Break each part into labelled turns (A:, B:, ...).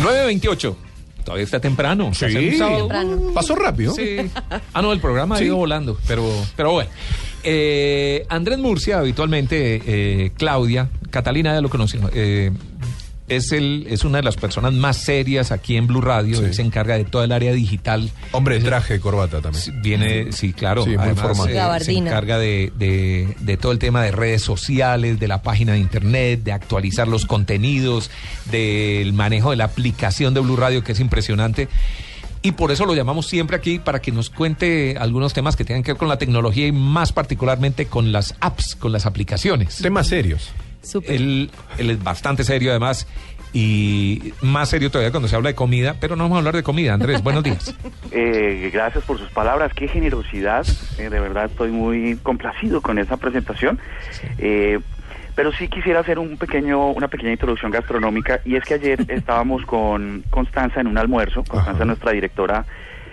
A: 9.28. Todavía está temprano.
B: Sí.
A: Hace un sábado.
B: Pasó rápido.
A: Sí. Ah, no, el programa ha ido volando, pero, pero bueno. Eh, Andrés Murcia, habitualmente, eh, Claudia, Catalina ya lo conoce, eh, es, el, es una de las personas más serias aquí en Blue Radio.
B: Sí.
A: Él se encarga de todo el área digital.
B: Hombre,
A: Es-
B: traje, corbata también.
A: Sí, Viene, sí, claro.
B: Sí, muy
A: además,
B: formal.
A: eh, se
C: Gabardina.
A: encarga de, de- de todo el tema de redes sociales, de la página de internet, de actualizar los contenidos, del manejo de la aplicación de Blue Radio, que es impresionante. Y por eso lo llamamos siempre aquí para que nos cuente algunos temas que tengan que ver con la tecnología y más particularmente con las apps, con las aplicaciones.
B: Temas serios.
D: Ah,
C: Súper.
A: Él, él es bastante serio además y más serio todavía cuando se habla de comida, pero no vamos a hablar de comida, Andrés. Buenos días.
D: Eh, gracias por sus palabras, qué generosidad. Eh, de verdad estoy muy complacido con esa presentación. Eh, pero sí quisiera hacer un pequeño, una pequeña introducción gastronómica y es que ayer estábamos con Constanza en un almuerzo, Constanza
B: Ajá.
D: nuestra directora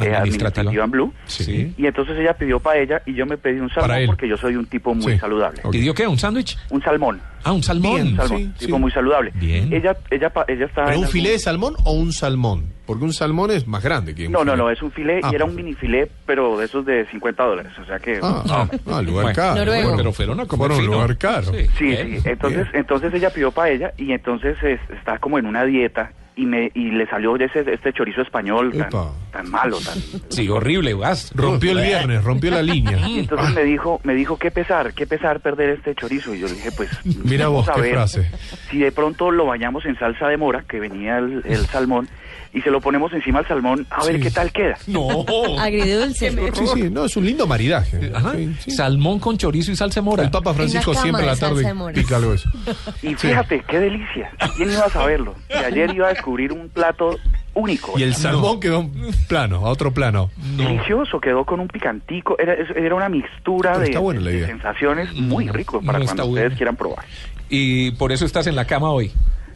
D: eh,
A: Administrativa.
D: administrativa en Blue,
A: Sí.
D: y entonces ella pidió paella y yo me pedí un
B: Para
D: salmón
B: él.
D: porque yo soy un tipo muy
B: Sí.
D: saludable.
B: Ok.
A: ¿Pidió qué? ¿Un sándwich?
D: Un salmón,
A: Ah, un salmón.
D: un salmón,
B: sí,
D: tipo
B: sí.
D: muy saludable.
A: Bien.
D: Ella, ella, pa- ella está
B: ¿Pero
D: en
B: un
D: algún-
B: filé de salmón o un salmón? Porque un salmón es más grande que un
D: No,
B: filé.
D: no, no, es un filé
B: Ah,
D: y era un
B: perfecto.
D: mini filé, pero de esos de 50 dólares, o sea que...
B: Ah, ah, lugar
A: Bueno,
B: caro.
C: Noruego.
B: Bueno,
A: Pero fueron a comer
B: Fueron a un
A: fino.
B: lugar caro.
D: Sí,
A: ¿eh?
D: sí. Entonces,
B: Bien.
D: entonces ella pidió paella y entonces es- está como en una dieta y me y le salió ese, este chorizo español tan,
B: Epa.
D: tan malo, tan.
A: Sí, horrible, vas.
B: Rompió el viernes, rompió la línea.
D: Y entonces me dijo, me dijo qué pesar, qué pesar perder este chorizo y yo le dije, pues
B: Mira
D: vamos
B: vos,
D: a
B: qué
D: ver
B: frase.
D: Si de pronto lo bañamos en salsa de mora que venía el, el salmón y se lo ponemos encima al salmón a ver
B: Sí.
D: qué tal queda.
A: No.
C: Agridulce.
B: Sí, sí, no, es un lindo maridaje.
A: Ajá.
B: Sí, sí.
A: Salmón con chorizo y salsa de mora.
B: El Papa Francisco
C: En la cama
B: siempre a la
C: de salsa
B: tarde
C: de mora.
B: pica algo de eso.
D: Y fíjate qué delicia. ¿Quién iba a saberlo? Que ayer iba a descubrir un plato único.
B: Y el salmón quedó a un plano, a otro plano.
D: Delicioso, quedó con un picantico, era, es- era una mixtura
B: Pero
D: de,
B: está buena la
D: de
B: idea. Mm,
D: sensaciones muy
A: No,
D: rico para
A: no está
D: cuando ustedes
A: buena.
D: quieran probar.
A: Y por eso estás en la cama hoy.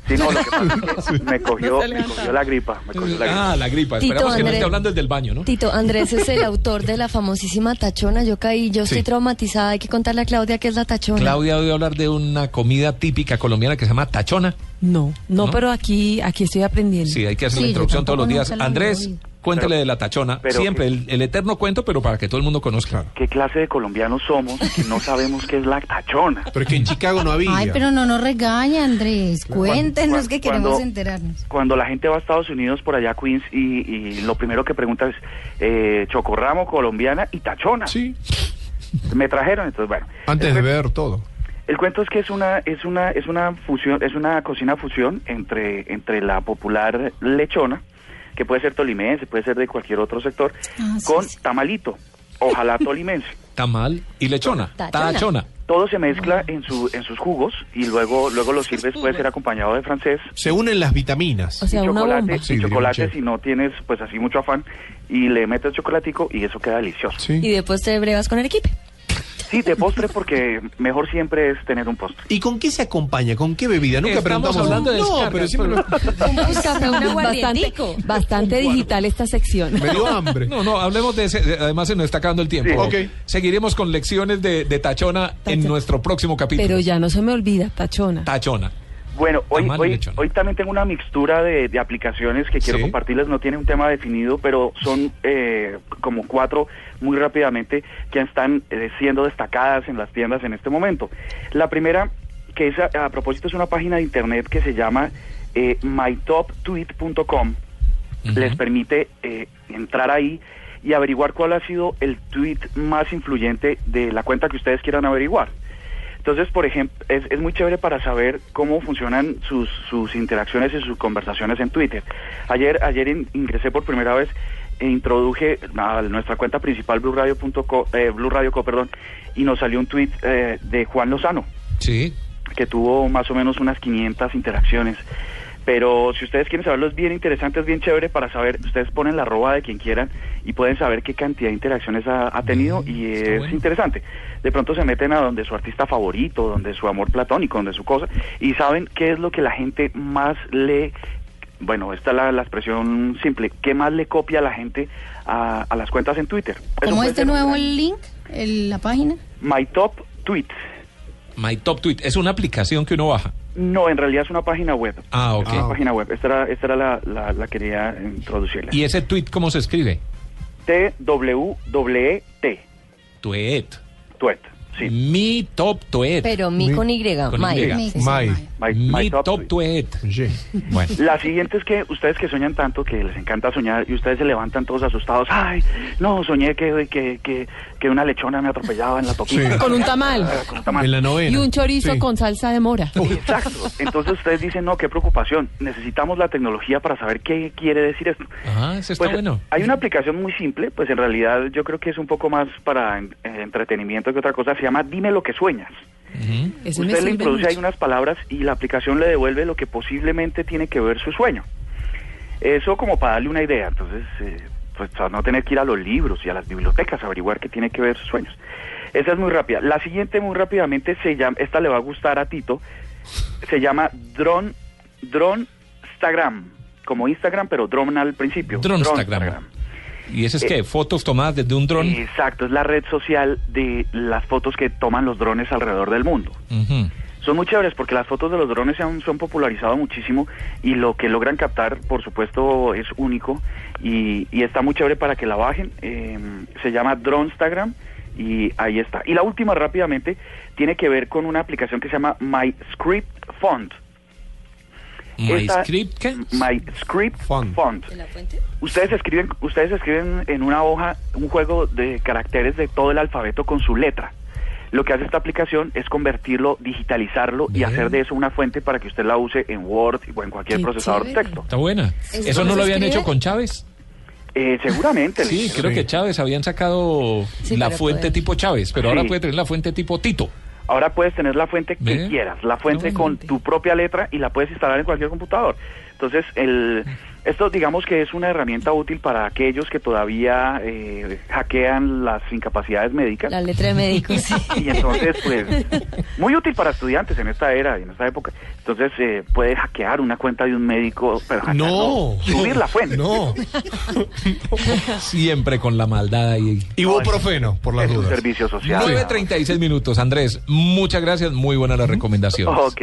D: Sí, no, lo que pasa es que me cogió, me cogió la gripa, me cogió la gripa.
A: Ah, la gripa.
C: Tito
A: Esperamos que no
C: Andrés.
A: esté hablando el del baño, ¿no?
C: Tito Andrés es el autor de la famosísima tachona. Yo caí, yo estoy
B: Sí.
C: traumatizada. Hay que contarle a Claudia qué es la tachona.
A: Claudia oye hablar de una comida típica colombiana que se llama tachona.
E: No, no,
A: ¿No?
E: pero aquí, aquí estoy aprendiendo.
A: Sí, hay que hacer la
C: Sí, yo
A: introducción todos los
C: tampoco
A: días.
C: nunca la
A: Andrés,
C: oí.
A: cuéntele
D: Pero-
A: de la tachona.
D: pero
A: Siempre,
D: que-
A: el, el eterno cuento, pero para que todo el mundo conozca.
D: ¿Qué clase de colombianos somos que no sabemos qué es la tachona?
B: Pero es que en Chicago no había.
F: Ay, pero no nos regaña, Andrés. Cuéntenos
D: Cuan-
F: que queremos
D: cuando-
F: enterarnos.
D: Cuando la gente va a Estados Unidos, por allá a Queens, y, y lo primero que pregunta es eh, chocorramo, colombiana y tachona.
B: Sí,
D: Me trajeron, entonces bueno.
B: antes de ver todo.
D: El cuento es que es una es una es una fusión es una cocina fusión entre entre la popular lechona que puede ser tolimense puede ser de cualquier otro sector
F: Ah, sí,
D: con
F: sí.
D: tamalito ojalá tolimense
A: Tamal y lechona. Tachona.
C: Tachona.
D: todo se mezcla en su en sus jugos y luego luego lo sirves puede ser acompañado de francés
B: Se unen las vitaminas.
E: O sea,
D: y
E: una
D: chocolate
E: bomba.
D: y
B: Sí, diría un
D: chocolate
B: chef.
D: si no tienes pues así mucho afán y le metes chocolatico y eso queda delicioso
B: Sí.
C: Y después te brevas con el equipo.
D: sí de postre porque mejor siempre es tener un postre
B: ¿Y con qué se acompaña? ¿Con qué bebida? Nunca
A: Estamos
B: preguntamos.
A: hablando de
B: no,
A: descargas, pues.
B: pero siempre
A: pero-
B: lo-
E: Bastante, bastante digital esta sección.
B: me dio hambre.
A: No, no, hablemos de ese. de- Además, se nos está acabando el tiempo.
B: Sí. Ok.
A: Seguiremos con lecciones de, de tachona, en nuestro próximo capítulo.
E: Pero ya no se me olvida, tachona.
A: Tachona.
D: Bueno, hoy,
A: Tamal y
D: hoy,
A: lechona.
D: hoy también tengo una mixtura de, de aplicaciones que quiero
A: Sí.
D: compartirles. No tiene un tema definido, pero son eh, como cuatro muy rápidamente que están eh, siendo destacadas en las tiendas en este momento. La primera, que es a, a propósito, es una página de internet que se llama eh, mytoptweet.com. Les permite eh, entrar ahí y averiguar cuál ha sido el tweet más influyente de la cuenta que ustedes quieran averiguar. Entonces, por ejemplo, es, es muy chévere para saber cómo funcionan sus, sus interacciones y sus conversaciones en Twitter. Ayer, ayer in- ingresé por primera vez e introduje a nuestra cuenta principal blueradio.co, eh, Blu Radio Co, perdón, y nos salió un tweet eh, de Juan Lozano
A: Sí.
D: que tuvo más o menos unas 500 interacciones. Pero si ustedes quieren saberlo, es bien interesante, es bien chévere para saber. Ustedes ponen la arroba de quien quieran y pueden saber qué cantidad de interacciones ha, ha tenido y
A: está
D: es
A: bueno.
D: interesante. De pronto se meten a donde su artista favorito, donde su amor platónico, donde su cosa y saben qué es lo que la gente más le. Bueno, esta es la, la expresión simple. ¿Qué más le copia a la gente a, a las cuentas en Twitter? Eso
F: ¿Cómo
D: puede
F: este
D: ser un
F: nuevo
D: gran-
F: link? el- la página.
D: My Top Tweets.
A: My Top Tweet es una aplicación que uno baja.
D: No, en realidad es una página web.
A: Ah, ok.
D: Es una página web. Esta era, esta era la, la, la que quería introducirla.
A: ¿Y ese tweet cómo se escribe?
D: T-W-E-T.
A: Tweet.
D: Tweet. Sí.
A: Mi Top Tweet.
C: Pero mi
B: Mi-
C: con Y,
A: con
C: Mike.
A: Y.
F: Mix,
B: May.
F: May.
D: My-
A: Mm, Mi
D: my
A: Top,
D: top
A: Tweet. Bueno.
D: La siguiente es que ustedes que sueñan tanto, que les encanta soñar y ustedes se levantan todos asustados. Ay, no, soñé que, que, que, que una lechona me atropellaba en la toquilla.
B: Sí.
E: Con un tamal.
D: Ah, con un tamal.
B: En la novena.
E: Y un chorizo
B: Sí.
E: con salsa de mora.
D: Exacto. Entonces ustedes dicen, no, qué preocupación. Necesitamos la tecnología para saber qué quiere decir esto.
A: Ah, ese está
D: Pues,
A: bueno.
D: Hay una aplicación muy simple, pues en realidad yo creo que es un poco más para en- eh, entretenimiento que otra cosa. Se llama Dime lo que sueñas.
A: Ujú.
E: Ese me
D: Usted le
E: sirve
D: introduce
E: mucho.
D: ahí unas palabras y la aplicación le devuelve lo que posiblemente tiene que ver su sueño. Eso como para darle una idea. Entonces, eh, pues para no tener que ir a los libros y a las bibliotecas a averiguar qué tiene que ver sus sueños. Esa es muy rápida. La siguiente muy rápidamente se llama, esta le va a gustar a Tito, se llama Drone, Drone Instagram. Como Instagram, pero drone al principio.
A: Dronestagram.
D: Dronestagram.
A: ¿Y
D: eh,
A: ese es que fotos tomadas desde un dron?
D: Exacto, es la red social de las fotos que toman los drones alrededor del mundo.
A: Ujú.
D: Son muy chéveres porque las fotos de los drones se han, se han popularizado muchísimo y lo que logran captar, por supuesto, es único y, y está muy chévere para que la bajen. Eh, se llama Dronestagram y ahí está. Y la última rápidamente tiene que ver con una aplicación que se llama My Script Font.
A: My
D: Esta-
A: script, ¿qué?
D: My Script
B: Font.
D: Font. Ustedes escriben, ustedes escriben en una hoja un juego de caracteres de todo el alfabeto con su letra. Lo que hace esta aplicación es convertirlo, digitalizarlo
A: Bien.
D: y hacer de eso una fuente para que usted la use en Word o en cualquier
E: Qué
D: procesador de
C: chévere.
D: texto.
A: Está buena.
C: ¿Eso
A: ¿Eso no
C: se
A: lo habían
C: escribe?
A: hecho con Chávez?
D: Eh, seguramente.
A: Sí,
D: Luis.
A: creo
B: Sí.
A: que Chávez habían sacado
C: Sí,
A: la
C: para
A: fuente
C: poder.
A: tipo Chávez, pero ahora
D: Sí.
A: puede tener la fuente tipo Tito.
D: Ahora puedes tener la fuente que
A: Ve.
D: quieras, la fuente
A: No,
D: con
A: gente.
D: tu propia letra y la puedes instalar en cualquier computador. Entonces, el, esto digamos que es una herramienta útil para aquellos que todavía eh, hackean las incapacidades médicas.
C: La letra de médico, sí.
D: Y entonces, pues, muy útil para estudiantes en esta era y en esta época. Entonces, eh, puede hackear una cuenta de un médico, pero hackear
B: No.
D: subir la fuente.
B: No.
A: Siempre con la maldad ahí.
B: Ibuprofeno, por las
D: Es un
B: dudas.
D: servicio social.
A: 9.36 minutos, Andrés. Muchas gracias. Muy buena la recomendación.
D: Ok.